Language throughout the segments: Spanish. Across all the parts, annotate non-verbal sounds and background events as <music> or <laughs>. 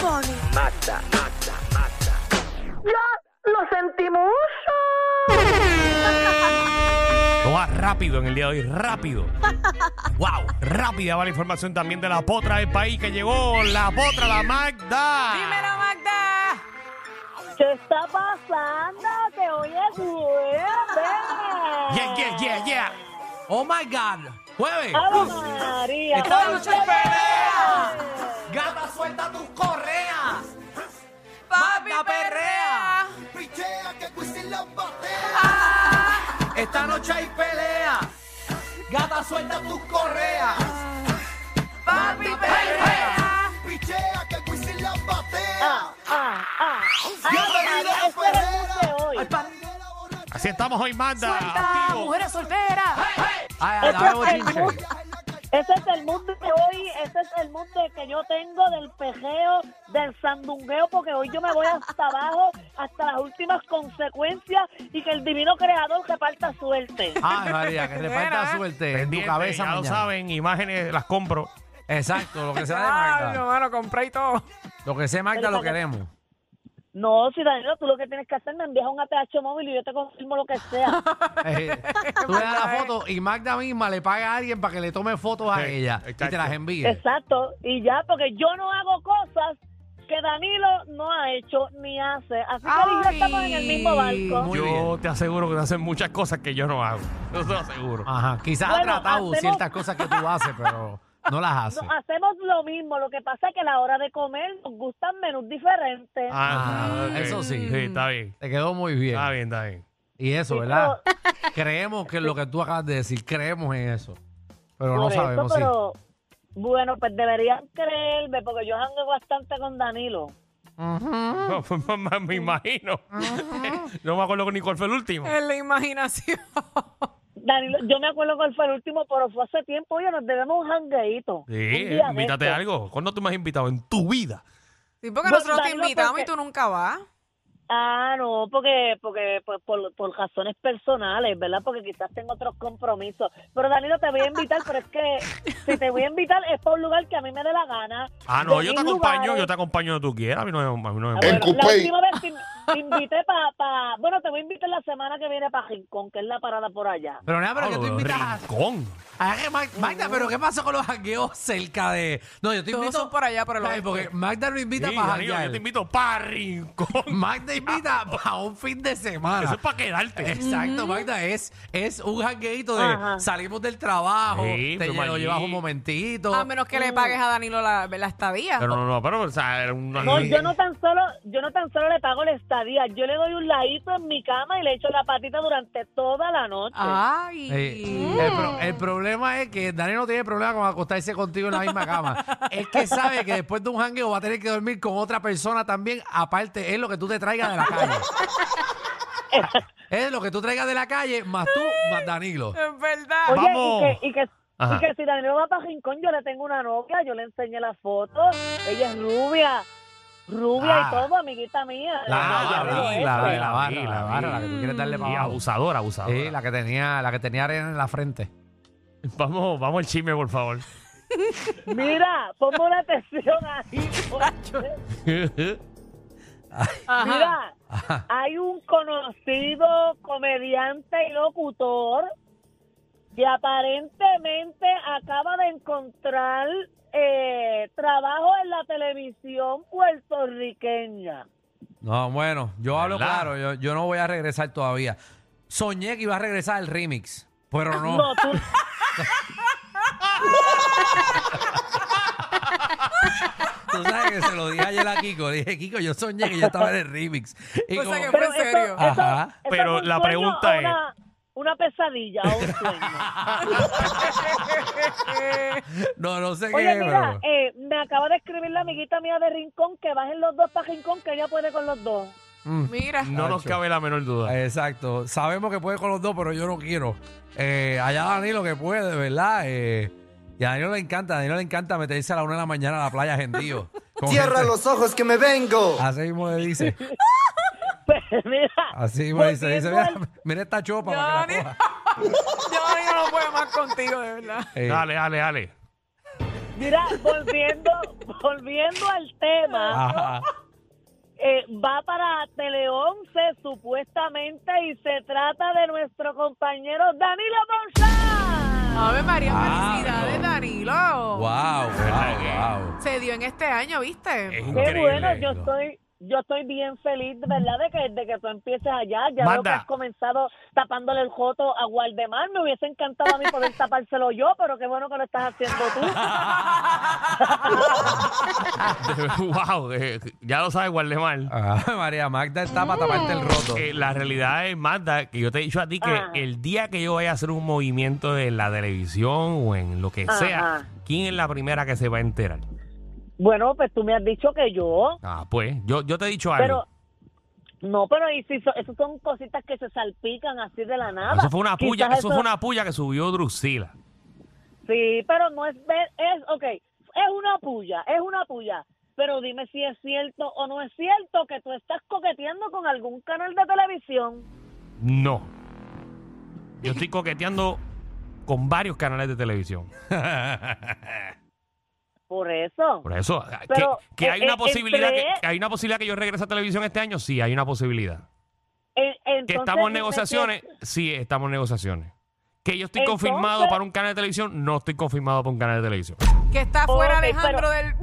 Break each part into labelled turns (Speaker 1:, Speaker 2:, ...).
Speaker 1: pone.
Speaker 2: Mata, mata, mata.
Speaker 1: ¡Ya lo sentimos!
Speaker 3: Toma rápido en el día de hoy, rápido. ¡Wow! Rápida va la información también de la potra del país que llegó, la potra, la Magda.
Speaker 4: Dímelo, Magda.
Speaker 1: ¿Qué está pasando? ¡Que hoy es
Speaker 3: Yeah, yeah,
Speaker 1: jueves!
Speaker 3: yeah, yeah.
Speaker 4: Oh my God. Jueves.
Speaker 1: ¡Ave María!
Speaker 4: Esta noche hay pelea.
Speaker 5: Gata, suelta tus correas.
Speaker 4: Papi
Speaker 5: Magda perrea.
Speaker 4: perrea.
Speaker 5: Pichea que cuisen las bateas. Esta noche hay pelea. Gata, suelta tus correas.
Speaker 4: Papi perrea.
Speaker 5: Pichea que cuisen las
Speaker 1: ¡Ah,
Speaker 5: bateas.
Speaker 1: ah, ah! ¡Ay,
Speaker 5: Gata,
Speaker 1: María!
Speaker 5: mira,
Speaker 1: ¡Esto era el bus de
Speaker 5: perrea.
Speaker 1: hoy!
Speaker 5: Al pandillera borracha.
Speaker 3: Así estamos hoy, Magda.
Speaker 4: Suelta,
Speaker 3: activo.
Speaker 4: mujeres solteras.
Speaker 5: Ay, ay, dame
Speaker 1: Este es, el
Speaker 5: bochinche.
Speaker 1: mood, este es el mood de hoy, este es el mood de que yo tengo del pejeo, del sandungueo, porque hoy yo me voy hasta abajo, hasta las últimas consecuencias y que el divino creador reparta suerte.
Speaker 5: Ay, María, que reparta suerte en tu
Speaker 3: Pendiente,
Speaker 5: cabeza
Speaker 3: ya lo
Speaker 5: mañana.
Speaker 3: saben, imágenes las compro.
Speaker 5: Exacto, lo que sea de
Speaker 4: Ay, mi
Speaker 5: Magda.
Speaker 4: hermano, compré y todo.
Speaker 5: Lo que sea de Magda lo
Speaker 1: <laughs>
Speaker 5: queremos.
Speaker 1: No, si Danilo, tú lo que tienes que hacer me envías un ATH móvil y yo te confirmo lo que sea.
Speaker 5: Eh, tú le das la foto y Magda misma le paga a alguien para que le tome fotos a
Speaker 3: Sí,
Speaker 5: ella y
Speaker 3: exacto.
Speaker 5: te las envíe.
Speaker 1: Exacto, y ya, porque yo no hago cosas que Danilo no ha hecho ni hace. Así que Danilo,
Speaker 4: Ay,
Speaker 1: estamos en el mismo barco.
Speaker 5: Muy
Speaker 3: yo
Speaker 5: bien.
Speaker 3: te aseguro que hacen muchas cosas que yo no hago. <laughs> Yo te lo aseguro.
Speaker 5: Ajá, quizás
Speaker 1: Bueno,
Speaker 5: ha tratado
Speaker 1: hacemos-
Speaker 5: ciertas cosas que tú haces, pero no las hace.
Speaker 1: No, ah. hacemos lo mismo, lo que pasa es que a la hora de comer nos gustan menús diferentes.
Speaker 3: Ah, ok.
Speaker 5: eso sí.
Speaker 3: Sí, está bien.
Speaker 5: Te quedó muy bien.
Speaker 3: Está bien, está bien. <laughs>
Speaker 5: Y eso,
Speaker 1: Sí,
Speaker 5: ¿verdad? creemos que lo que tú acabas de decir, creemos en eso. Pero no
Speaker 1: Por eso,
Speaker 5: sabemos si.
Speaker 1: pero bueno, pues deberían creerme, porque yo ando bastante con Danilo.
Speaker 3: No, <laughs> me imagino. <laughs> no me acuerdo ni cuál fue el último.
Speaker 4: En la imaginación.
Speaker 1: Danilo, yo me acuerdo cuál fue el último, pero fue hace tiempo, oye, nos debemos un jangueíto.
Speaker 3: Sí,
Speaker 1: Un día
Speaker 3: eh,
Speaker 1: de
Speaker 3: invítate
Speaker 1: esto.
Speaker 3: algo. ¿Cuándo tú me has invitado? En tu vida.
Speaker 4: Sí, porque
Speaker 1: Bueno,
Speaker 4: nosotros te
Speaker 1: Danilo,
Speaker 4: invitamos
Speaker 1: porque-
Speaker 4: y tú nunca vas.
Speaker 1: Ah, no, porque, porque pues, por, por razones personales, ¿verdad? Porque quizás tengo otros compromisos. Pero Danilo, te voy a invitar, pero es que si te voy a invitar es para un lugar que a mí me dé la gana.
Speaker 3: Ah, no,
Speaker 1: De
Speaker 3: yo te
Speaker 1: mil
Speaker 3: acompaño,
Speaker 1: lugares.
Speaker 3: yo te acompaño donde tú quieras. A mí no me, a mí no me-
Speaker 1: Ah, bueno,
Speaker 6: En
Speaker 1: la
Speaker 6: Coupey.
Speaker 1: última vez te, te invité para... Pa, bueno, te voy a invitar la semana que viene para Rincón, que es la parada por allá.
Speaker 5: Pero nada, pero que tú
Speaker 3: Pablo,
Speaker 5: invitas a-
Speaker 3: rincón.
Speaker 5: Ah, que Mag- Magda, pero ¿qué pasa con los jangueos cerca de.? No, yo te
Speaker 4: Todos
Speaker 5: invito.
Speaker 4: son por allá, por el
Speaker 5: Ay,
Speaker 4: oeste.
Speaker 5: Porque Magda no invita
Speaker 3: Sí,
Speaker 5: para
Speaker 3: Danilo, yo te
Speaker 5: janguear.
Speaker 3: invito para
Speaker 5: <laughs>
Speaker 3: rincón.
Speaker 5: Magda invita para un fin de
Speaker 3: Eso
Speaker 5: semana.
Speaker 3: es para quedarte.
Speaker 5: Exacto, Magda, es, es un jangueito de
Speaker 1: Ajá.
Speaker 5: salimos del trabajo,
Speaker 3: Sí,
Speaker 5: te
Speaker 3: pero
Speaker 5: lle- lo
Speaker 3: allí-
Speaker 5: llevas un momentito.
Speaker 4: A Ah, menos que le pagues a Danilo la, la estadía.
Speaker 3: Pero no, no, pero, o sea, era una.
Speaker 1: No, yo no tan solo, yo no tan solo le pago la estadía, yo le doy un ladito en mi cama y le echo la patita durante toda la noche.
Speaker 4: Ay.
Speaker 5: Sí. Eh, El, pro- el problema es que Daniel no tiene problema con acostarse contigo en la misma cama. es que sabe que después de un jangueo va a tener que dormir con otra persona también. Aparte, es lo que tú te traigas de la calle. es lo que tú traigas de la calle, más tú, más Danilo.
Speaker 4: Es <laughs> verdad.
Speaker 1: Oye,
Speaker 3: Vamos.
Speaker 1: y que, y que,
Speaker 3: Ajá.
Speaker 1: y que si Danilo va para Rincón, yo le tengo una novia, yo le enseñé las fotos, ella es rubia, rubia
Speaker 5: Ah.
Speaker 1: y todo, amiguita mía.
Speaker 5: La,
Speaker 3: Ah,
Speaker 1: Yo
Speaker 5: la,
Speaker 3: vi,
Speaker 1: digo,
Speaker 5: la,
Speaker 1: "Este".
Speaker 5: la, la barra,
Speaker 3: vi,
Speaker 5: la
Speaker 3: la
Speaker 5: barra,
Speaker 3: vi.
Speaker 5: la que tú quieres darle
Speaker 3: Y
Speaker 5: para abajo.
Speaker 3: abusadora, abusadora.
Speaker 5: Ah. Sí, la que tenía, la que tenía arena en la frente.
Speaker 3: Vamos, vamos al chisme, por favor.
Speaker 1: Mira, ponme una atención ahí. porque-
Speaker 4: Ajá.
Speaker 1: Mira, hay un conocido comediante y locutor que aparentemente acaba de encontrar eh, trabajo en la televisión puertorriqueña.
Speaker 5: No, bueno, yo hablo
Speaker 3: ¿Verdad?
Speaker 5: claro, yo, yo no voy a regresar todavía. Soñé que iba a regresar al remix, pero no.
Speaker 1: <laughs> No, tú,
Speaker 5: Tú sabes que se lo dije ayer a Kiko. Le dije, Kiko, yo soñé que yo estaba en el remix. Y
Speaker 4: O sea
Speaker 5: como-
Speaker 4: que-
Speaker 1: pero eso,
Speaker 4: ¿En serio?
Speaker 1: eso-
Speaker 5: Ajá.
Speaker 1: eso es
Speaker 3: Pero
Speaker 1: un
Speaker 3: la
Speaker 1: sueño
Speaker 3: pregunta
Speaker 1: o
Speaker 3: es-
Speaker 1: Una, una pesadilla o un sueño.
Speaker 5: no, no sé
Speaker 1: Oye,
Speaker 5: qué,
Speaker 1: mira,
Speaker 5: pero.
Speaker 1: eh, me acaba de escribir la amiguita mía de Rincón que bajen los dos para Rincón, que ella puede con los dos.
Speaker 5: Mm,
Speaker 4: Mira.
Speaker 3: No nos
Speaker 5: Tacho.
Speaker 3: cabe la menor
Speaker 5: Eh,
Speaker 3: duda.
Speaker 5: Exacto. Sabemos que puede con los dos, pero yo no quiero. Eh, allá Danilo que puede, ¿verdad? Eh, y a Danilo le encanta, a Danilo le encanta meterse a la una de la mañana a la playa gentío. Con
Speaker 6: Cierra
Speaker 5: gente-
Speaker 6: los ojos que me vengo.
Speaker 5: Así mismo le
Speaker 1: <laughs>
Speaker 5: dice.
Speaker 1: Pero Pues mira,
Speaker 5: Así mismo le dice. le dice,
Speaker 1: volviendo al-
Speaker 5: mira, mira esta chopa
Speaker 4: Ya,
Speaker 5: para que la coja.
Speaker 4: Dani. Yo Danilo no puedo más contigo, de verdad.
Speaker 5: Eh,
Speaker 3: Dale, dale, dale.
Speaker 1: Mira, volviendo, <laughs> volviendo al
Speaker 5: Ah,
Speaker 1: tema,
Speaker 3: Ajá.
Speaker 1: eh, va para Tele 11 supuestamente y se trata de nuestro compañero Danilo González.
Speaker 4: Ave María,
Speaker 5: Ah,
Speaker 4: felicidades,
Speaker 5: no.
Speaker 4: Danilo.
Speaker 5: Wow,
Speaker 3: ¿Verdad
Speaker 5: wow, wow.
Speaker 4: Se dio en este año, ¿viste?
Speaker 3: Es
Speaker 1: Qué
Speaker 3: increíble.
Speaker 1: bueno,
Speaker 3: <laughs>
Speaker 1: yo estoy... Yo estoy bien feliz, de ¿verdad? De que, de que tú empieces allá. Ya veo que
Speaker 3: Manda.
Speaker 1: has comenzado tapándole el joto a Waldemar. Me hubiese encantado a mí
Speaker 3: <laughs>
Speaker 1: poder tapárselo yo, pero qué bueno que lo estás haciendo tú.
Speaker 3: wow, eh, ya lo sabes, Guardemar.
Speaker 5: Ah, María Magda está para taparte el roto.
Speaker 3: Eh, la realidad es, Magda, que yo te he dicho a ti que
Speaker 1: Ajá.
Speaker 3: el día que yo vaya a hacer un movimiento en la televisión o en lo que sea,
Speaker 1: Ajá.
Speaker 3: ¿quién es la primera que se va a enterar?
Speaker 1: Bueno, pues tú me has dicho que yo,
Speaker 3: Ah, pues, yo, yo te he dicho algo.
Speaker 1: pero no, pero y si so- eso son cositas que se salpican así de la nada.
Speaker 3: Eso fue una
Speaker 1: Quizás
Speaker 3: puya, eso, fue una puya que subió Drusila.
Speaker 1: Sí, pero no es ver, es, ok, es una puya, es una puya. Pero dime si es cierto o no es cierto que tú estás coqueteando con algún canal de televisión.
Speaker 3: No. Yo estoy coqueteando con varios canales de televisión.
Speaker 1: Por eso.
Speaker 3: Por eso, ah, que-
Speaker 1: Pero,
Speaker 3: que, hay
Speaker 1: eh,
Speaker 3: una
Speaker 1: eh,
Speaker 3: posibilidad que,
Speaker 1: entre-
Speaker 3: que hay una posibilidad que yo regrese a televisión este año, sí, hay una posibilidad.
Speaker 1: En-
Speaker 3: Que
Speaker 1: E, entonces, este,
Speaker 3: estamos en
Speaker 1: dime si-
Speaker 3: negociaciones, sí, estamos en negociaciones. Que yo estoy confirmado
Speaker 1: Entonces-
Speaker 3: para un canal de televisión, no estoy confirmado para un canal de televisión.
Speaker 4: Que está fuera
Speaker 1: Ok,
Speaker 4: Alejandro
Speaker 1: pero-
Speaker 4: del...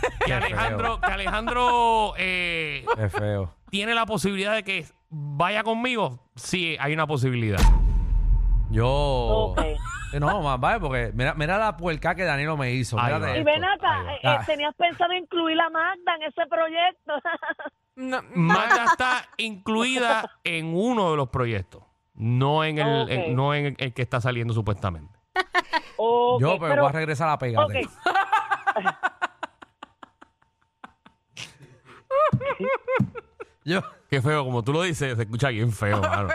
Speaker 4: <laughs>
Speaker 3: Que Alejandro, que Alejandro eh,
Speaker 5: Es feo.
Speaker 3: tiene la posibilidad de que vaya conmigo, sí, hay una posibilidad.
Speaker 5: Yo. eh,
Speaker 1: Ok.
Speaker 5: No, más vale, porque mira, mira la puerca que Danilo me hizo.
Speaker 3: Ahí
Speaker 5: mírate
Speaker 3: va.
Speaker 1: Y
Speaker 5: esto.
Speaker 1: ven acá,
Speaker 3: Ahí
Speaker 1: eh,
Speaker 5: va. Ah.
Speaker 1: eh, tenías pensado incluir a Magda en ese proyecto. <laughs>
Speaker 4: No,
Speaker 3: Magda está incluida en uno de los proyectos, no en el,
Speaker 1: Ok.
Speaker 3: en- no en el que está saliendo supuestamente.
Speaker 1: Ok,
Speaker 5: Yo, pero, voy a regresar a pegate.
Speaker 1: Ok.
Speaker 5: Yo.
Speaker 3: Qué feo, como tú lo dices, se escucha bien feo, mano.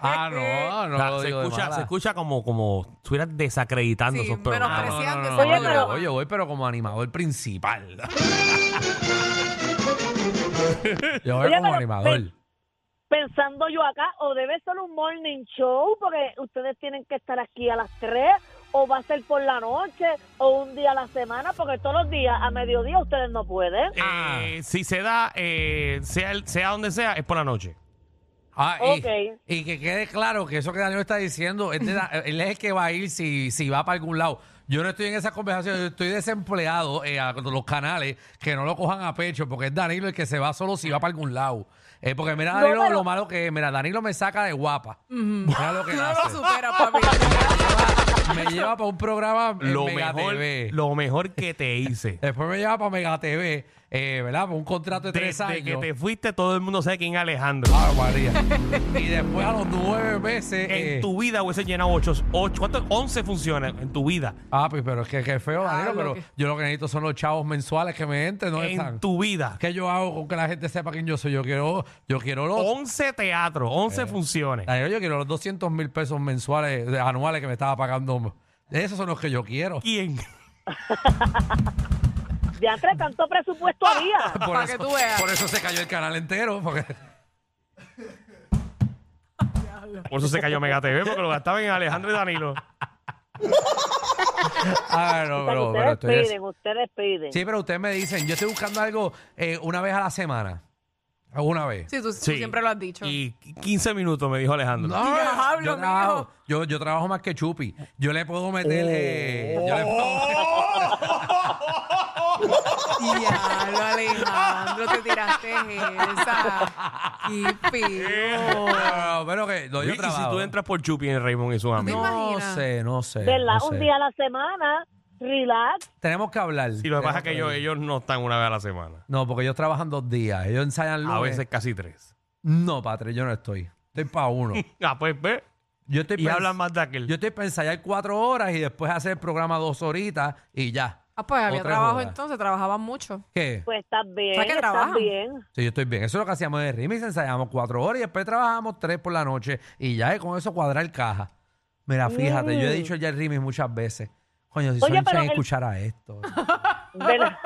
Speaker 5: Ah, <laughs> no,
Speaker 1: <laughs>
Speaker 5: no.
Speaker 3: O sea,
Speaker 5: lo
Speaker 3: se,
Speaker 5: digo de
Speaker 3: escucha,
Speaker 5: mala.
Speaker 3: se escucha como, como estuvieras desacreditando
Speaker 4: Sí,
Speaker 3: esos
Speaker 5: Ah, no,
Speaker 3: programas.
Speaker 4: menospreciando.
Speaker 5: no, no, no,
Speaker 1: Oye,
Speaker 5: yo
Speaker 1: pero-
Speaker 5: voy, yo voy, pero como animador principal. yo voy
Speaker 1: Oye,
Speaker 5: como
Speaker 1: pero-
Speaker 5: animador.
Speaker 1: pero- pensando yo acá, o debe ser un morning show, porque ustedes tienen que estar aquí a las 3, o va a ser por la noche, o un día a la semana, porque todos los días a mediodía ustedes no pueden.
Speaker 3: Eh, Si se da, eh, sea, el- sea donde sea, es por la noche.
Speaker 5: Ah, y,
Speaker 1: Ok.
Speaker 5: y que quede claro que eso que Danilo está diciendo, es de da- él es el que va a ir si, si va para algún lado. Yo no estoy en esas conversaciones, yo estoy desempleado eh, a los canales que no lo cojan a pecho, porque es Danilo el que se va solo si va para algún lado. Eh, porque mira,
Speaker 1: No,
Speaker 5: Danilo,
Speaker 1: pero-
Speaker 5: lo malo que es, mira, Danilo me saca de guapa. Mira lo que
Speaker 4: no lo
Speaker 5: hace.
Speaker 4: supera, papi.
Speaker 5: Me lleva para un programa en
Speaker 3: Lo
Speaker 5: Mega
Speaker 3: mejor,
Speaker 5: TV.
Speaker 3: lo mejor que te
Speaker 5: <laughs>
Speaker 3: hice.
Speaker 5: Después me lleva para Mega TV, eh, ¿verdad? Por un contrato de tres
Speaker 3: Desde
Speaker 5: años.
Speaker 3: que te fuiste, todo el mundo sabe quién es Alejandro.
Speaker 5: Ah, María. <laughs> y después a los nueve meses. eh,
Speaker 3: En tu vida hubiese llenado ocho, ocho ¿cuánto? 11 funciones en tu vida.
Speaker 5: Ah, pues, pero es que, que feo, Danilo,
Speaker 4: Ah, lo
Speaker 5: pero
Speaker 4: que-
Speaker 5: yo lo que necesito son los chavos mensuales que me entren, ¿no
Speaker 3: En
Speaker 5: están?
Speaker 3: tu vida.
Speaker 5: ¿Qué yo hago con que la gente sepa quién yo soy? Yo quiero, yo quiero los...
Speaker 3: 11 teatros, 11
Speaker 5: Eh.
Speaker 3: funciones.
Speaker 5: Danilo, yo quiero los 200 mil pesos mensuales, de- anuales que me estaba pagando. Esos son los que yo quiero.
Speaker 3: ¿Quién?
Speaker 1: De entre tanto presupuesto había.
Speaker 5: Por
Speaker 4: Para que tú veas.
Speaker 5: Por eso se cayó el canal entero,
Speaker 4: <laughs>
Speaker 5: porque...
Speaker 3: Por eso se cayó Mega TV, porque lo gastaban en Alejandro y Danilo.
Speaker 5: Ah, no, <laughs> pero, pero
Speaker 1: ustedes
Speaker 5: estoy...
Speaker 1: piden, ustedes piden.
Speaker 5: Sí, pero ustedes me dicen, yo estoy buscando algo eh, una vez a la semana. Una vez.
Speaker 4: Sí, tú, tú
Speaker 3: Sí.
Speaker 4: siempre lo has dicho.
Speaker 3: Y 15 minutos, me dijo Alejandro.
Speaker 5: No,
Speaker 4: Diablo,
Speaker 5: yo,
Speaker 4: mijo.
Speaker 5: trabajo, yo, yo trabajo más que Chupi. Yo le puedo meter. eh, yo le
Speaker 4: Diablo, Alejandro, te tiraste esa. Qué feo.
Speaker 5: puedo- pero que no, yo
Speaker 3: Oye, y si
Speaker 5: trabajo.
Speaker 3: tú entras por Chupi en Raymond y sus amigos.
Speaker 5: no
Speaker 4: imaginas?
Speaker 5: sé, no sé.
Speaker 1: ¿Verdad?
Speaker 5: no sé.
Speaker 1: Un día a la semana, relax.
Speaker 5: Tenemos que hablar.
Speaker 3: Y lo que pasa es
Speaker 5: Tenemos
Speaker 3: que ellos,
Speaker 5: hablar.
Speaker 3: ellos no están una vez a la semana.
Speaker 5: No, porque ellos trabajan dos días. Ellos ensayan lunes.
Speaker 3: A veces casi tres.
Speaker 5: No, padre, yo no estoy. Estoy
Speaker 3: <laughs>
Speaker 5: para uno.
Speaker 3: Ah, pues ve.
Speaker 5: Yo estoy
Speaker 3: Y
Speaker 5: pa-
Speaker 3: hablan más de aquel.
Speaker 5: Yo estoy para ensayar cuatro horas y después hacer el programa dos horitas y ya.
Speaker 4: Ah, pues había
Speaker 5: Otra
Speaker 4: trabajo
Speaker 5: joda.
Speaker 4: entonces, trabajaban mucho.
Speaker 5: ¿Qué?
Speaker 1: Pues estás bien,
Speaker 4: ¿Sabes que
Speaker 1: estás
Speaker 4: trabajan?
Speaker 1: bien.
Speaker 5: Sí, yo estoy bien. Eso es lo que hacíamos de remix. Ensayábamos cuatro horas y después trabajábamos tres por la noche. Y ya eh, con eso cuadrar caja. Mira, fíjate, yo he dicho ya el remix muchas veces. Coño, si
Speaker 1: Oye,
Speaker 5: Sony
Speaker 1: pero
Speaker 5: Chan
Speaker 1: el-
Speaker 5: escuchara esto. <laughs>
Speaker 1: ¿Verdad?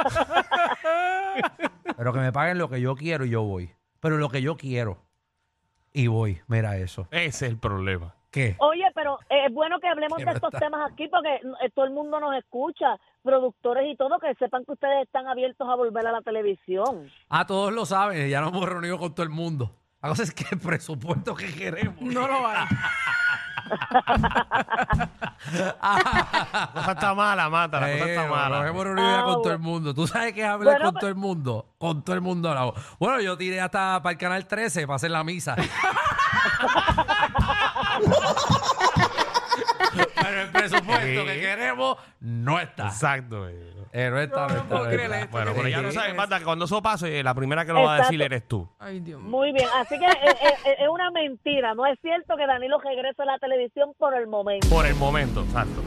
Speaker 5: pero que me paguen lo que yo quiero y yo voy. Pero lo que yo quiero. Y voy. Mira eso.
Speaker 3: Ese es el problema.
Speaker 5: ¿Qué?
Speaker 1: Oye, pero eh, es bueno que hablemos
Speaker 5: Que
Speaker 1: de
Speaker 5: no
Speaker 1: estos
Speaker 5: está.
Speaker 1: temas aquí porque eh, todo el mundo nos escucha, productores y todo, que sepan que ustedes están abiertos a volver a la televisión.
Speaker 5: Ah, todos lo saben, ya nos hemos reunido con todo el mundo. La cosa es que el presupuesto que queremos.
Speaker 4: No lo hay.
Speaker 5: <laughs> Ah,
Speaker 3: La cosa <laughs> está mala, mata, la cosa
Speaker 5: Eh,
Speaker 3: está
Speaker 5: no, nos
Speaker 3: mala.
Speaker 5: hemos reunido ya
Speaker 1: Ah,
Speaker 5: con todo
Speaker 1: bueno.
Speaker 5: el mundo. ¿Tú sabes qué es hablar
Speaker 1: Bueno,
Speaker 5: con
Speaker 1: pues-
Speaker 5: todo el mundo? Con todo el mundo hablamos. Bueno, yo tiré hasta para el canal 13 para hacer la misa. Pero el presupuesto que
Speaker 3: Sí.
Speaker 5: queremos no está.
Speaker 3: Exacto. eh.
Speaker 5: Eh, no está, no
Speaker 4: No
Speaker 5: está,
Speaker 4: puedo
Speaker 5: no
Speaker 4: creer
Speaker 5: está.
Speaker 4: esto.
Speaker 3: ah, Bueno,
Speaker 5: Bueno,
Speaker 3: pero ya lo
Speaker 5: no
Speaker 3: sabes, mata, que cuando eso pase, eh, la primera que lo va a decir
Speaker 1: Exacto.
Speaker 3: eres tú.
Speaker 4: Ay, Dios mío.
Speaker 1: Muy bien, así que eh, eh, eh, es una mentira, no es cierto que Danilo regrese a la televisión por el momento.
Speaker 3: Por el momento, exacto.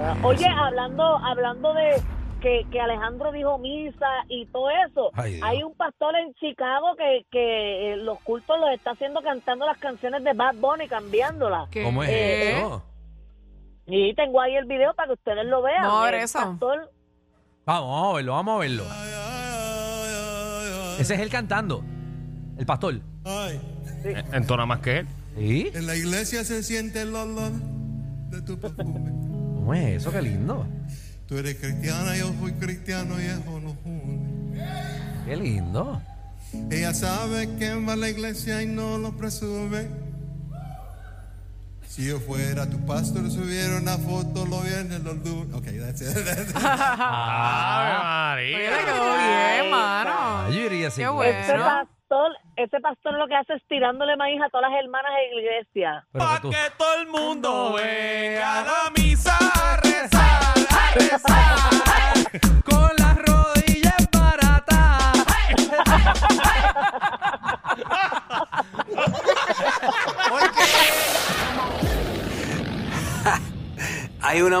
Speaker 1: Ah, Oye, hablando, hablando de que, que Alejandro dijo misa y todo eso,
Speaker 5: Ay, Dios.
Speaker 1: hay un pastor en Chicago que, que eh, los cultos los está haciendo cantando las canciones de Bad Bunny, cambiándolas.
Speaker 4: ¿Qué?
Speaker 5: ¿Cómo es
Speaker 1: Eh,
Speaker 5: eso?
Speaker 1: Y tengo ahí el video para que ustedes lo vean.
Speaker 4: Vamos a ver
Speaker 1: El
Speaker 4: eso.
Speaker 1: pastor-
Speaker 5: Vamos a verlo, vamos a verlo. Ese es él cantando. El pastor.
Speaker 7: Ay,
Speaker 3: Eh, Entona más que él.
Speaker 5: ¿Sí?
Speaker 7: en la iglesia se siente el olor de tu perfume.
Speaker 5: ¿Cómo es eso? Qué lindo.
Speaker 7: Tú eres cristiana, yo fui cristiano y eso nos une.
Speaker 5: Qué lindo.
Speaker 7: Ella sabe que va a la iglesia y no lo presume. Si yo fuera tu pastor, subiera una foto los viernes, los lunes. Ok, that's it. <laughs> that's it.
Speaker 3: ¡Ave
Speaker 4: Oye,
Speaker 3: María!
Speaker 4: le quedó bien, mano.
Speaker 5: Yo iría así.
Speaker 4: Qué bueno.
Speaker 1: Ese pastor, ese pastor lo que hace es tirándole maíz a todas las hermanas de la iglesia.
Speaker 5: Pero que
Speaker 3: Pa'
Speaker 5: tú-
Speaker 3: que todo el mundo venga a la misa a rezar. a rezar.
Speaker 5: Con las rodillas baratas.
Speaker 8: Hay una